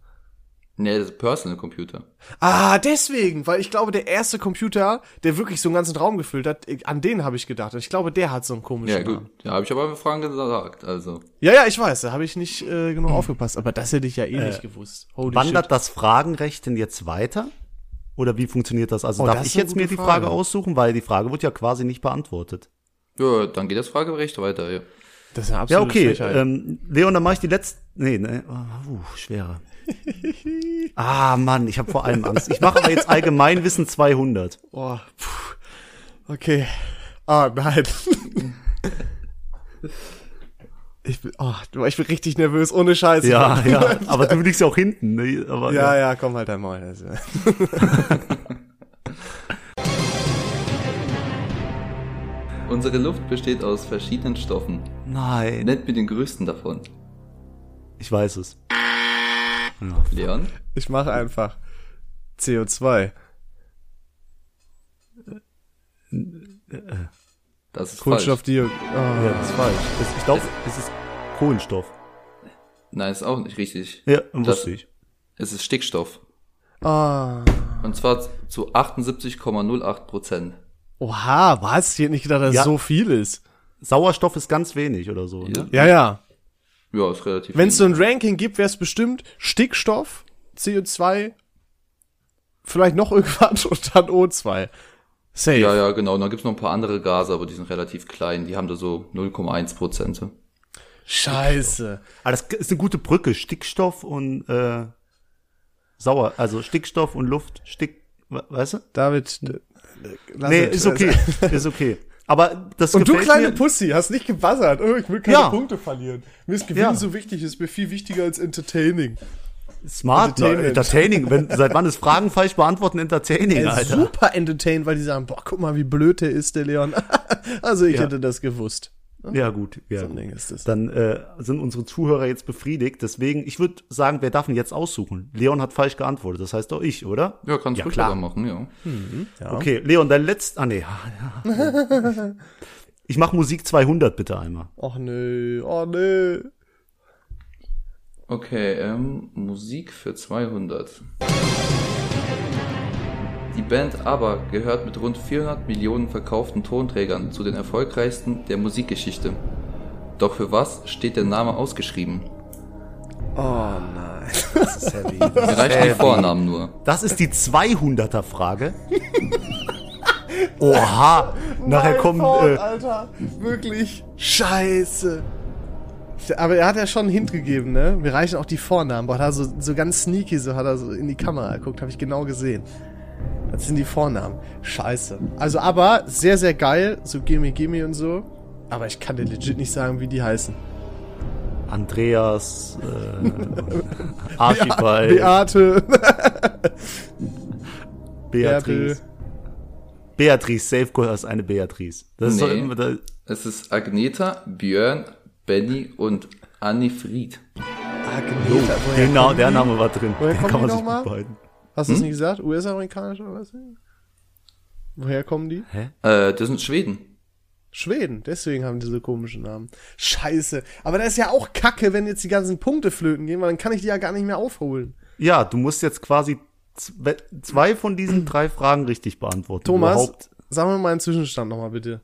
Nee, das ist Personal Computer. Ah, deswegen, weil ich glaube, der erste Computer, der wirklich so einen ganzen Raum gefüllt hat, ich- an den habe ich gedacht. Ich glaube, der hat so einen komischen Ja, Genau. gut. Namen. Da habe ich aber Fragen gesagt, also. Ja, ja, ich weiß, da habe ich nicht äh, genug aufgepasst, aber das hätte ich ja eh nicht gewusst. Holy Wandert shit. das Fragenrecht denn jetzt weiter? Oder wie funktioniert das? Also Oh, darf das ist ich eine jetzt mir gute die Frage Frage. aussuchen, weil die Frage wird ja quasi nicht beantwortet. Ja, dann geht das Fragerecht weiter, ja. Das ist eine Ja, absolute okay. Frechheit. Ähm, Leon, dann mache ich die letzte. Nee, ne. Uh, schwere. ah, Mann, ich habe vor allem Angst. Ich mache aber jetzt Allgemeinwissen 200. Oh, puh. Okay. Ah, nein. ich, bin, oh, du, ich bin richtig nervös, ohne Scheiße. Ja, ja. Also, Aber du liegst ja auch hinten. Ne? Aber, Ja, ja, komm halt einmal. Also. Unsere Luft besteht aus verschiedenen Stoffen. Nein. Nennt mir den größten davon. Ich weiß es. Leon? Ich mache einfach CO2. Das ist falsch. Kunststoffdioxid. Oh, Das ist falsch. Es- Ich glaube, es ist Kohlenstoff. Nein, ist auch nicht richtig. Ja, wusste ich. Es ist Stickstoff. Ah. Und zwar zu 78,08 Prozent. Oha, was? Ich hätte nicht gedacht, dass Ja. es so viel ist. Sauerstoff ist ganz wenig oder so. Ja. Ne? Ja, ja. Ja, ist relativ Wenn es so wenig. ein Ranking gibt, wäre es bestimmt Stickstoff, CO2, vielleicht noch irgendwas und dann O2. Safe. Ja, ja, genau. Und dann gibt's noch ein paar andere Gase, aber die sind relativ klein. Die haben da so 0,1 Prozent. Scheiße. Aber das ist eine gute Brücke. Stickstoff und äh, Sauer, also Stickstoff und Luft, Stick, we- weißt du? David, d- lass Nee, es. ist okay, ist okay. Aber das Also, Und du gefällt kleine mir. Pussy, hast nicht gebuzzert. Oh, ich will keine Ja. Punkte verlieren. Mir ist Gewinn Ja. so wichtig, ist mir viel wichtiger als Entertaining. Smart, Entertainment. Entertainment. Entertaining. Wenn, seit wann ist Fragen falsch beantworten Entertaining, Ey, Alter? super entertained, weil die sagen, boah, guck mal, wie blöd der ist, der Leon. also ich Ja. hätte das gewusst. Ja gut, ja. So ein gut. Ding ist das. Dann äh, sind unsere Zuhörer jetzt befriedigt. Deswegen, ich würde sagen, wer darf denn jetzt aussuchen? Leon hat falsch geantwortet. Das heißt auch ich, oder? Ja, kannst Ja, du ruhig klar. weiter machen, ja. Okay, Leon, dein letzt. Ah nee. Ich mach Musik 200 bitte einmal. Och nö, oh nö. Okay, ähm, Musik für 200. Die Band ABBA gehört mit rund 400 Millionen verkauften Tonträgern zu den erfolgreichsten der Musikgeschichte. Doch für was steht der Name ausgeschrieben? Oh nein. Das ist heavy. Mir reichen Äh, die Vornamen nur. Das ist die 200er Frage. Oha, nachher kommen äh, Alter, wirklich. Scheiße. Aber er hat ja schon einen Hint gegeben, ne? Mir reichen auch die Vornamen. Boah, hat er so, so ganz sneaky, so hat er so in die Kamera geguckt, habe ich genau gesehen. Das sind die Vornamen. Scheiße. Also aber sehr, sehr geil, so Gimme Gimme und so. Aber ich kann dir legit nicht sagen, wie die heißen. äh, Andreas, äh, Archibald, Beate. Beatrice. Beatrice, safe Goal ist eine Beatrice. Das ist doch Nee. immer da, Es ist Agneta, Björn, Benny und Anni Fried. Agneta, Ah, woher genau, kommen der die? Name war drin. Woher Den kommen kann die man sich nochmal? gut behalten. Hast du es nicht gesagt? US-amerikanische oder was? Woher kommen die? Äh, das sind Schweden. Schweden, deswegen haben die so komischen Namen. Scheiße. Aber das ist ja auch kacke, wenn jetzt die ganzen Punkte flöten gehen, weil dann kann ich die ja gar nicht mehr aufholen. Ja, du musst jetzt quasi zwe- zwei von diesen drei Fragen richtig beantworten. Thomas, Überhaupt. sag mir mal einen Zwischenstand nochmal bitte.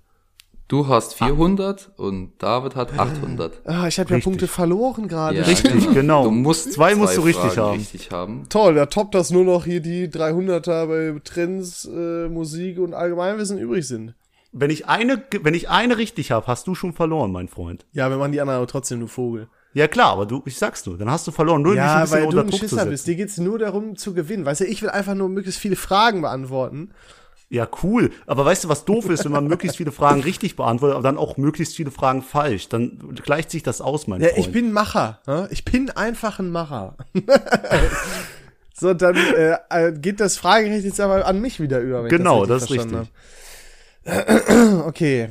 Du hast 400 und David hat 800. Ah, ich habe ja Punkte verloren gerade. Ja, Richtig, genau. Du musst Zwei musst du richtig Fragen haben. richtig haben. Toll, da toppt das nur noch hier die 300er bei Trends, äh, Musik und Allgemeinwissen übrig sind. Wenn ich eine, ge- wenn ich eine richtig habe, hast du schon verloren, mein Freund. Ja, wir machen die anderen aber trotzdem, du Vogel. Ja klar, aber du, ich sag's nur, dann hast du verloren. Nur um dich ein Ja, bisschen weil du unter ein Druck zu Schisser setzen. bist. Dir geht's nur darum zu gewinnen. Weißt du, ich will einfach nur möglichst viele Fragen beantworten. Ja, cool. Aber weißt du, was doof ist, wenn man möglichst viele Fragen richtig beantwortet, aber dann auch möglichst viele Fragen falsch. Dann gleicht sich das aus, mein Ja, Freund. ich bin Macher. Ne? Ich bin einfach ein Macher. so, dann äh, äh, geht das Fragerecht jetzt aber an mich wieder über. Wenn Genau, ich das das, ist richtig richtig. verstanden Hab. Okay.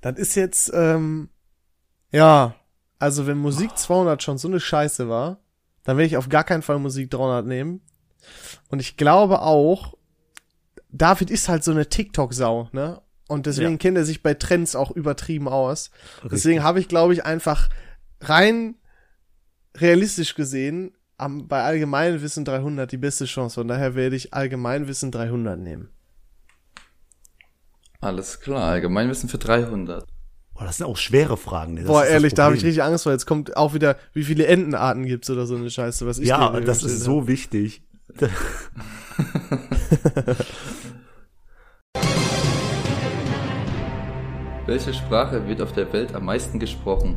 Das ist jetzt, ähm, ja, also wenn Musik 200 schon so eine Scheiße war, dann will ich auf gar keinen Fall Musik 300 nehmen. Und ich glaube auch, David ist halt so eine TikTok-Sau, ne? Und deswegen Ja. kennt er sich bei Trends auch übertrieben aus. Deswegen habe ich, glaube ich, einfach rein realistisch gesehen am, bei Allgemeinwissen 300 die beste Chance. Von daher werde ich Allgemeinwissen 300 nehmen. Alles klar, Allgemeinwissen für 300. Boah, das sind auch schwere Fragen. ne? Das Boah, ist das ehrlich, da habe ich Problem. richtig Angst vor. Jetzt kommt auch wieder, wie viele Entenarten gibt's oder so eine Scheiße, was ich Ja, dir das ist so wichtig. Welche Sprache wird auf der Welt am meisten gesprochen?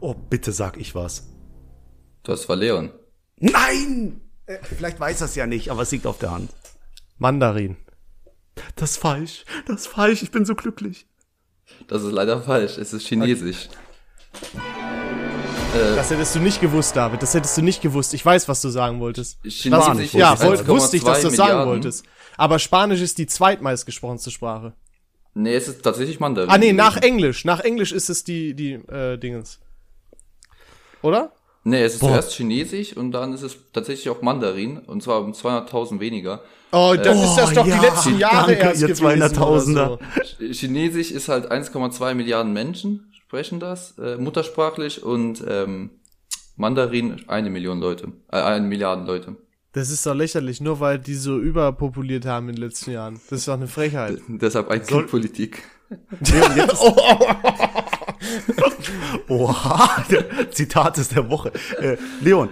oh, bitte sag ich was. Das war Leon. Nein! Äh, Vielleicht weiß das ja nicht, aber es liegt auf der Hand. Mandarin. Das ist falsch. Das ist falsch. Ich bin so glücklich. Das ist leider falsch. Es ist Chinesisch. Das hättest du nicht gewusst, David. Das hättest du nicht gewusst. Ich weiß, was du sagen wolltest. Chinesisch ist das, ja, woll- 1,2 wusste ich, dass du das sagen Milliarden. wolltest. Aber Spanisch ist die zweitmeistgesprochenste Sprache. Nee, es ist tatsächlich Mandarin. Ah, nee, nach gewesen. Englisch. Nach Englisch ist es die, die, äh, Dingens. Oder? Nee, es ist zuerst Chinesisch und dann ist es tatsächlich auch Mandarin. Und zwar um 200.000 weniger. Oh, dann ist das Oh, doch ja. die letzten Jahre Danke, erst ihr gewesen. oder 200.000er. so. Ch- Chinesisch ist halt 1,2 Milliarden Menschen sprechen das, äh, muttersprachlich. Und ähm, Mandarin eine Million Leute. Äh, eine Milliarden Leute. Das ist doch lächerlich, nur weil die so überpopuliert haben in den letzten Jahren. Das ist doch eine Frechheit. Deshalb eigentlich Politik. Oha, der Zitat ist der Woche. Äh, Leon,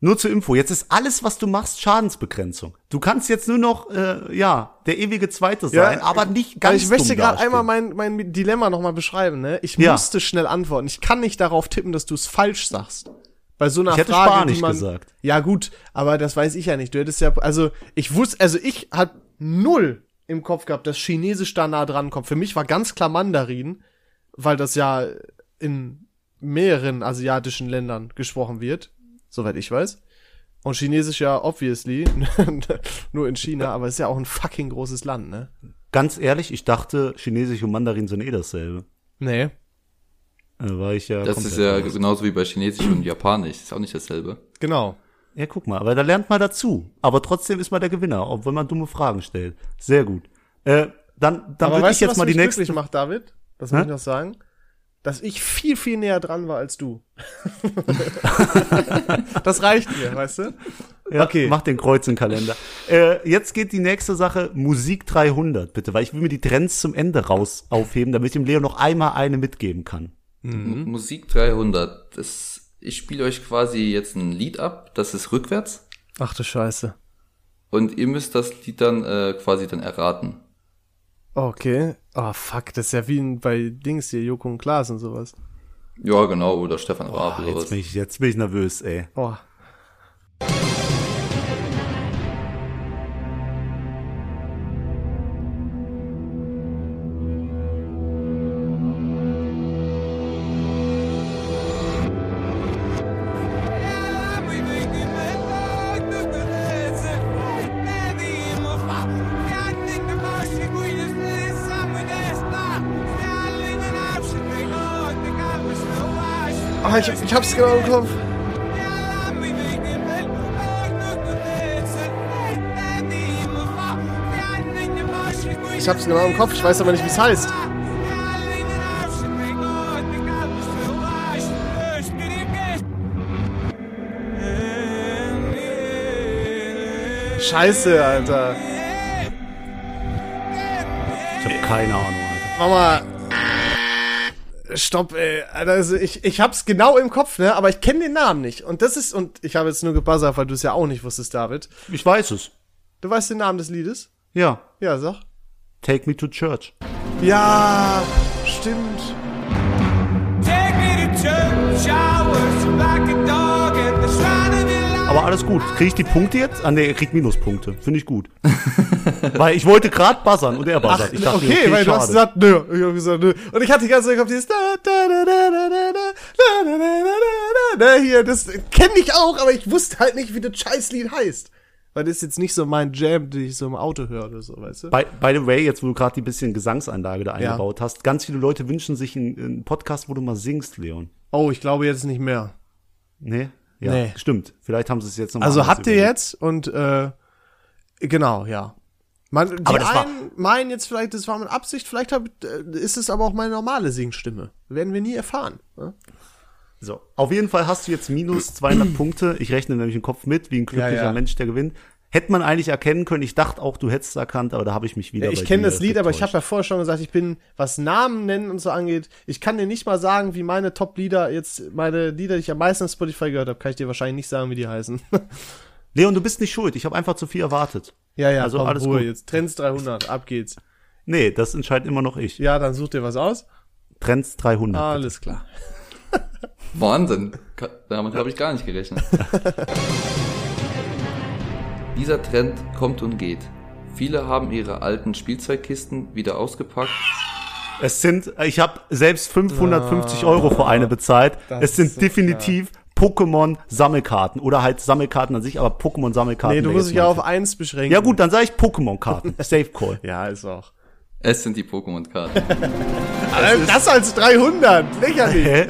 nur zur Info, jetzt ist alles, was du machst, Schadensbegrenzung. Du kannst jetzt nur noch, äh, ja, der ewige Zweite sein, aber nicht Aber ganz ich möchte dumm gerade dastehen. einmal mein, mein Dilemma nochmal beschreiben, ne? Ich Ja. musste schnell antworten. Ich kann nicht darauf tippen, dass du es falsch sagst. Bei so einer Ich hätte Frage, Spanisch die man, gesagt. Ja, gut, aber das weiß ich ja nicht. Du hättest ja, also ich wusste, also ich hatte null im Kopf gehabt, dass Chinesisch da nah dran kommt. Für mich war ganz klar Mandarin, weil das ja in mehreren asiatischen Ländern gesprochen wird, soweit ich weiß. Und Chinesisch ja obviously nur in China, aber es ist ja auch ein fucking großes Land, ne? Ganz ehrlich, ich dachte, Chinesisch und Mandarin sind eh dasselbe. Nee. Äh, war ich ja Das komplett ist ja raus. genauso wie bei Chinesisch und Japanisch. Ist auch nicht dasselbe. Genau. Ja, guck mal, aber da lernt man dazu. Aber trotzdem ist man der Gewinner, obwohl man dumme Fragen stellt. Sehr gut. Äh, dann dann würde ich du, jetzt was mal die mich nächste. glücklich macht, David? Das Hä? muss ich noch sagen. Dass ich viel, viel näher dran war als du. das reicht mir, weißt du? Ja, Okay. Mach den Kreuz im Kalender. Äh, jetzt geht die nächste Sache, Musik 300, bitte, weil ich will mir die Trends zum Ende raus aufheben, damit ich dem Leo noch einmal eine mitgeben kann. Mhm. M- Musik 300. Das, ich spiele euch quasi jetzt ein Lied ab. Das ist rückwärts. Ach du Scheiße. Und ihr müsst das Lied dann äh, quasi dann erraten. Okay. Oh, fuck, das ist ja wie in- bei Dings hier, Joko und Klaas und sowas. Ja, genau. Oder Stefan Raab Ah, oder jetzt, was. bin ich, jetzt bin ich nervös, ey. Oh. Ah, ich, ich hab's genau im Kopf. Ich hab's genau im Kopf, ich weiß aber nicht, wie's heißt. Scheiße, Alter. Ich habe keine Ahnung. Alter. Mama. Stopp, ey. Also ich, ich hab's genau im Kopf, ne? Aber ich kenne den Namen nicht. Und das ist, und ich habe jetzt nur gebuzzert, weil du es ja auch nicht wusstest, David. Ich weiß es. Du weißt den Namen des Liedes? Ja. Ja, sag. Take me to church. Ja, stimmt. Aber alles gut. Kriege ich die Punkte jetzt? Ah, nee, er kriegt Minuspunkte. Finde ich gut. weil ich wollte gerade buzzern und er buzzert. ich dachte, okay, weil du hast schade. gesagt, nö. Ich hab gesagt, nö. Und ich hatte die ganze Zeit im Kopf dieses da, da, da, da, da, da, da, da, da, da, da, da, da, da, hier, das kenne ich auch, aber ich wusste halt nicht, wie das Scheißlied heißt. Weil das ist jetzt nicht so mein Jam, den ich so im Auto höre oder so, weißt du? By, by the way, jetzt wo du gerade die bisschen Gesangseinlage da eingebaut hast, ganz viele Leute wünschen sich einen, einen Podcast, wo du mal singst, Leon. Oh, ich glaube jetzt nicht mehr. Nee? Ja, Nee. stimmt. Vielleicht haben sie es jetzt nochmal. Also habt ihr jetzt und äh, genau, ja. Man, die Aber das war- einen meinen jetzt vielleicht, das war mit Absicht, vielleicht hab, äh, ist es aber auch meine normale Singstimme. Werden wir nie erfahren. Ne? So. Auf jeden Fall hast du jetzt minus 200 Punkte. Ich rechne nämlich im Kopf mit, wie ein glücklicher Ja, ja. Mensch, der gewinnt. Hätte man eigentlich erkennen können. Ich dachte auch, du hättest es erkannt, aber da habe ich mich wieder. Ja, ich bei kenne dir das Lied, aber ich habe vertäuscht. ja vorher schon gesagt, ich bin, was Namen nennen und so angeht, ich kann dir nicht mal sagen, wie meine Top-Lieder jetzt, meine Lieder, die ich am meisten auf Spotify gehört habe, kann ich dir wahrscheinlich nicht sagen, wie die heißen. Leon, du bist nicht schuld. Ich habe einfach zu viel erwartet. Ja, ja, Also komm, alles Ruhe gut. jetzt. Trends 300, ab geht's. Nee, das entscheidet immer noch ich. Ja, dann such dir was aus. Trends 300. Alles klar. Wahnsinn. Ka- Damit habe ich gar nicht gerechnet. Dieser Trend kommt und geht. Viele haben ihre alten Spielzeugkisten wieder ausgepackt. Ah. Es sind, ich habe selbst 550 Euro für eine bezahlt. das Es sind ist so definitiv Pokémon-Sammelkarten oder halt Sammelkarten an sich, aber Pokémon-Sammelkarten. Nee, du wäre musst jetzt dich ja mein auf Tipp. eins beschränken. Ja gut, dann sage ich Pokémon-Karten. Safe Call. Ja, ist auch. Es sind die Pokémon-Karten. Das, als 300, lächerlich. Hä?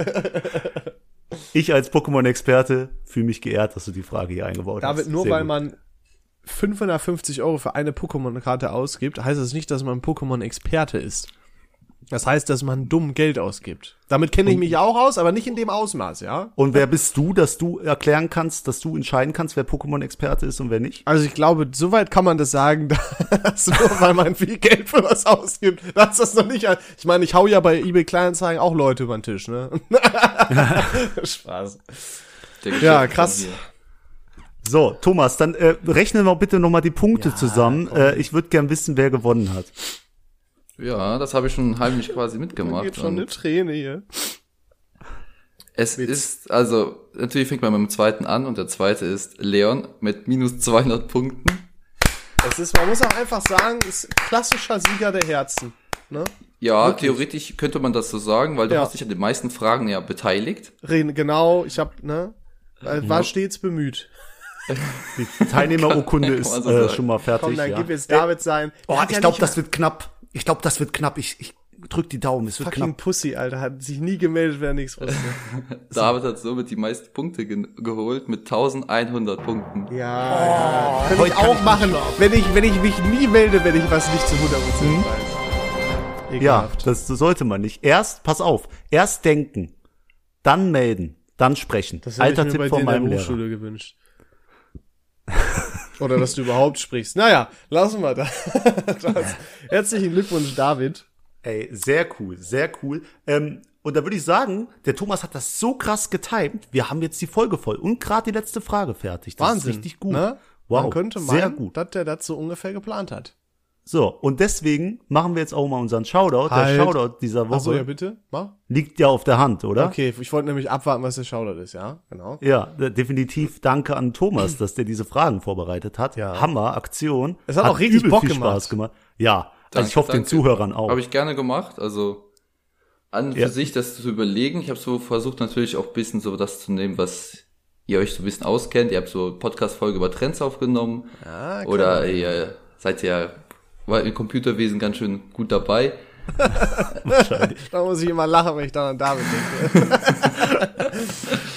Ich als Pokémon-Experte fühle mich geehrt, dass du die Frage hier eingebaut hast. David, nur Sehr weil gut. man 550 Euro für eine Pokémon-Karte ausgibt, heißt das nicht, dass man Pokémon-Experte ist. Das heißt, dass man dumm Geld ausgibt. Damit kenne ich mich auch aus, aber nicht in dem Ausmaß, ja? Und wer bist du, dass du erklären kannst, dass du entscheiden kannst, wer Pokémon-Experte ist und wer nicht? Also ich glaube, soweit kann man das sagen, dass nur weil man viel Geld für was ausgibt, dass das noch nicht. Ich meine, ich hau ja bei eBay Kleinanzeigen auch Leute über den Tisch, ne? Spaß. Der Ja, Geschäftsmann krass. hier. So, Thomas, dann äh, rechne noch bitte noch mal die Punkte zusammen. Äh, ich würde gern wissen, wer gewonnen hat. Ja, das habe ich schon heimlich quasi mitgemacht. Geht schon eine und Träne hier. es ist, also, natürlich fängt man mit dem zweiten an und der zweite ist Leon mit minus 200 Punkten. Es ist, man muss auch einfach sagen, es ist klassischer Sieger der Herzen. Ne? Ja, theoretisch könnte man das so sagen, weil du Ja. hast dich an den meisten Fragen ja beteiligt. Reden, genau, ich hab, ne? Äh, War stets bemüht. Die Teilnehmerurkunde Kann man ist so äh, sagen. schon mal fertig. also Komm, dann ja. gib jetzt David sein. Oh, Hat ich ja glaube, nicht das wird knapp. Ich glaube, das wird knapp. Ich, ich drück die Daumen, es wird mal- Fucking knapp. Pussy, Alter, hat sich nie gemeldet, wer nichts wusste. David hat somit die meisten Punkte ge geholt mit 1100 Punkten. Ja, ja. Könnte heute ich kann ich auch nicht machen, wenn ich, wenn ich mich nie melde, wenn ich was nicht zu 100% weiß. Mhm. Ja, Ekelhaft. das sollte man nicht. Erst, pass auf, erst denken, dann melden, dann sprechen. das hätte Alter ich mir bei dir Tipp von in der meinem Lehrer. Hochschule gewünscht. Oder dass du überhaupt sprichst. Naja, lassen wir das. das. Herzlichen Glückwunsch, David. Ey, sehr cool, sehr cool. Ähm, und da würde ich sagen, der Thomas hat das so krass getimt. Wir haben jetzt die Folge voll und gerade die letzte Frage fertig. Das Wahnsinn. ist richtig gut. Ne? Wow, Man könnte meinen, sehr gut. dass der das so ungefähr geplant hat. So, und deswegen machen wir jetzt auch mal unseren Shoutout. Halt. Der Shoutout dieser Woche Achso, ja, bitte. Mach. liegt ja auf der Hand, oder? Okay, ich wollte nämlich abwarten, was der Shoutout ist, ja? Genau. Ja, de- definitiv danke an Thomas, dass der diese Fragen vorbereitet hat. Ja. Hammer, Aktion. Es hat auch richtig übel Bock viel gemacht. Spaß gemacht. Ja, also Danke, ich hoffe den danke. Zuhörern auch. Habe ich gerne gemacht. Also an Ja. für sich das zu überlegen. Ich habe so versucht natürlich auch ein bisschen so das zu nehmen, was ihr euch so ein bisschen auskennt. Ihr habt so eine Podcast-Folge über Trends aufgenommen. Ah, cool. Oder ihr seid ja weil im Computerwesen ganz schön gut dabei. Da muss ich immer lachen, wenn ich dann an David denke.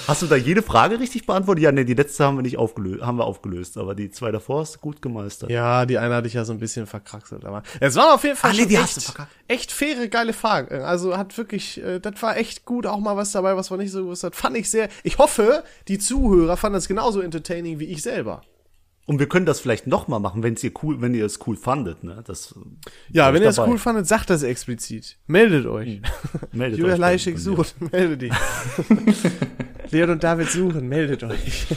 Hast du da jede Frage richtig beantwortet? Ja, nee, die letzte haben wir nicht aufgelöst, haben wir aufgelöst, aber die zwei davor hast du gut gemeistert. Ja, die eine hatte ich ja so ein bisschen verkraxelt, aber es waren auf jeden Fall Ah, nee, schon die hast du echt, verkraxelt. echt faire, geile Fragen. Also hat wirklich, äh, das war echt gut, auch mal was dabei, was man nicht so gewusst hat. Fand ich sehr, ich hoffe, die Zuhörer fanden das genauso entertaining wie ich selber. Und wir können das vielleicht noch mal machen, wenn ihr cool, wenn ihr es cool fandet, ne? Das Ja, bin wenn ich ihr es dabei. Hm. cool fandet, sagt das explizit. Meldet euch. meldet Julia euch bei- Leischig bei mir. sucht, meldet dich. Leon und David suchen, meldet euch.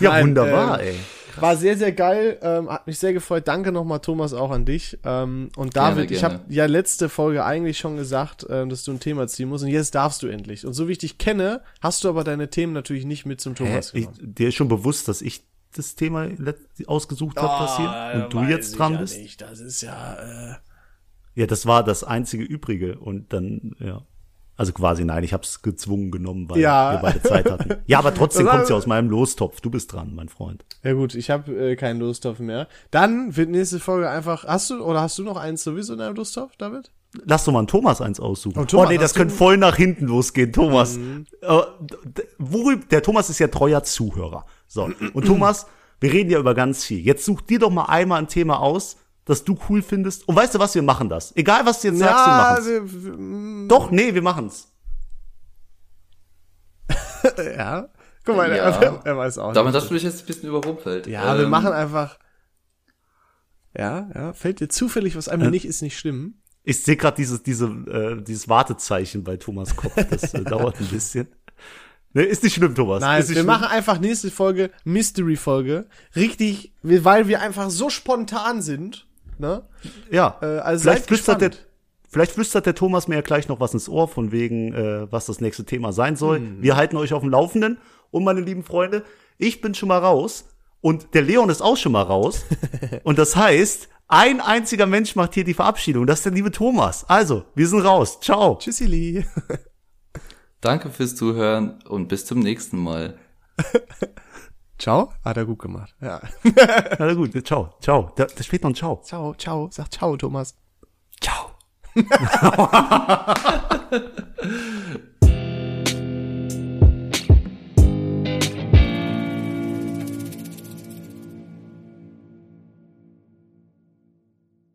Ja, Nein, wunderbar, ähm, ey. War sehr, sehr geil, ähm, hat mich sehr gefreut. Danke nochmal, Thomas, auch an dich. Ähm, und Gerne, David, ich gerne. habe ja letzte Folge eigentlich schon gesagt, ähm, dass du ein Thema ziehen musst und jetzt darfst du endlich. Und so wie ich dich kenne, hast du aber deine Themen natürlich nicht mit zum Hä? Thomas Ich, genommen. dir ist schon bewusst, dass ich das Thema let- ausgesucht habe, das Ah, hier, und du jetzt dran bist. Das ist ja, äh, Ja, das war das einzige übrige und dann ja. Also quasi nein, ich hab's gezwungen genommen, weil Ja. wir beide Zeit hatten. Ja, aber trotzdem Das war- kommt's ja aus meinem Lostopf. Du bist dran, mein Freund. ja gut, ich habe äh, keinen Lostopf mehr. Dann wird nächste Folge einfach, hast du, oder hast du noch eins sowieso in deinem Lostopf, David? Lass doch mal einen Thomas eins aussuchen. Oh, Thomas, oh nee, das hast Mhm. könnte voll nach hinten losgehen, Thomas. Äh, d- worüber- der Thomas ist ja treuer Zuhörer. So, und Thomas, wir reden ja über ganz viel. Jetzt such dir doch mal einmal ein Thema aus, das du cool findest. Und weißt du was, wir machen das. Egal was du jetzt sagst, wir machen's. wir- wir- Doch, nee, wir machen's. ja. Guck mal, Ja. er, er weiß auch Damit nicht. hast du mich jetzt ein bisschen überrumpelt. Ja, wir Ähm, machen einfach. Ja, ja. Fällt dir zufällig was ein, wenn nicht, Ähm, ist nicht schlimm. Ich sehe gerade dieses, diese, äh, dieses Wartezeichen bei Thomas Kopf. Das äh, dauert ein bisschen. Ne, ist nicht schlimm, Thomas. Nein, ist wir nicht schlimm. machen einfach nächste Folge, Mystery-Folge. Richtig, wir- weil wir einfach so spontan sind. Ne? Ja. Äh, also vielleicht seid flüstert der, gespannt. vielleicht flüstert der Thomas mir ja gleich noch was ins Ohr, von wegen, äh, was das nächste Thema sein soll. Mhm. Wir halten euch auf dem Laufenden. Und meine lieben Freunde, ich bin schon mal raus. Und der Leon ist auch schon mal raus. und das heißt, ein einziger Mensch macht hier die Verabschiedung. Das ist der liebe Thomas. Also, wir sind raus. Ciao. Tschüssili. Danke fürs Zuhören und bis zum nächsten Mal. Ciao. Hat er gut gemacht. Ja. Na gut, ciao. Ciao. Da, da steht noch ein Ciao. Ciao, ciao. Sag ciao, Thomas. Ciao.